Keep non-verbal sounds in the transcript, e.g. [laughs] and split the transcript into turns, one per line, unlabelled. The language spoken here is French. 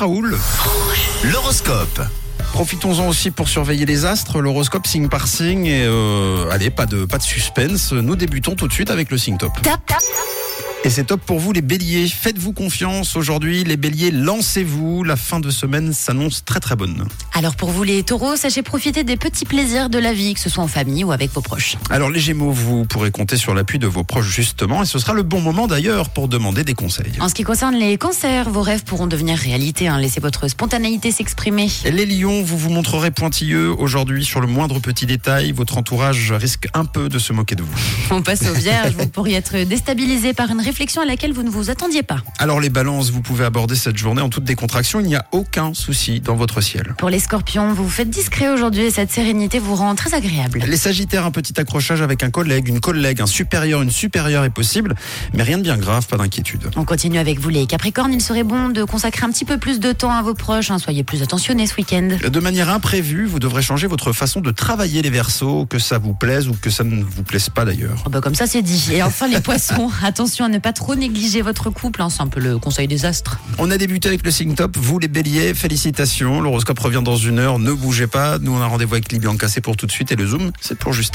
Raoul,
L'horoscope.
profitons-en aussi pour surveiller les astres, l'horoscope signe par signe et euh, allez, pas de, pas de suspense, nous débutons tout de suite avec le signe top.
Tap, tap.
Et c'est top pour vous les béliers, faites-vous confiance aujourd'hui les béliers, lancez-vous, la fin de semaine s'annonce très très bonne.
Alors pour vous les taureaux, sachez profiter des petits plaisirs de la vie, que ce soit en famille ou avec vos proches.
Alors les gémeaux, vous pourrez compter sur l'appui de vos proches justement et ce sera le bon moment d'ailleurs pour demander des conseils.
En ce qui concerne les cancers, vos rêves pourront devenir réalité. hein. Laissez votre spontanéité s'exprimer. [laughs]
Les lions, vous vous montrerez pointilleux aujourd'hui sur le moindre petit détail, votre entourage risque un peu de se moquer de vous.
On passe aux vierges, vous pourriez être déstabilisé par une réflexion à laquelle vous ne vous attendiez pas.
Alors les balances, vous pouvez aborder cette journée en toute décontraction, il n'y a aucun souci dans votre ciel.
Pour les scorpions, vous vous faites discret aujourd'hui et cette sérénité vous rend très agréable.
Les sagittaires, un petit accrochage avec un collègue, une collègue, un supérieur, une supérieure est possible, mais rien de bien grave, pas d'inquiétude.
On continue avec vous les capricornes, il serait bon de consacrer un petit peu plus de temps à vos proches, hein. soyez plus attentionnés ce week-end.
De manière imprévue, vous devrez changer votre façon de travailler les versos, que ça vous plaise ou que ça ne vous plaise pas d'ailleurs.
Oh bah, comme ça c'est dit. Et enfin les poissons, [laughs] attention à ne pas trop négliger votre couple, hein. c'est un peu le conseil des astres.
On a débuté avec le signe top, vous les béliers, félicitations, l'horoscope revient dans une heure, ne bougez pas, nous on a rendez-vous avec Libian Cassé pour tout de suite et le zoom, c'est pour juste après.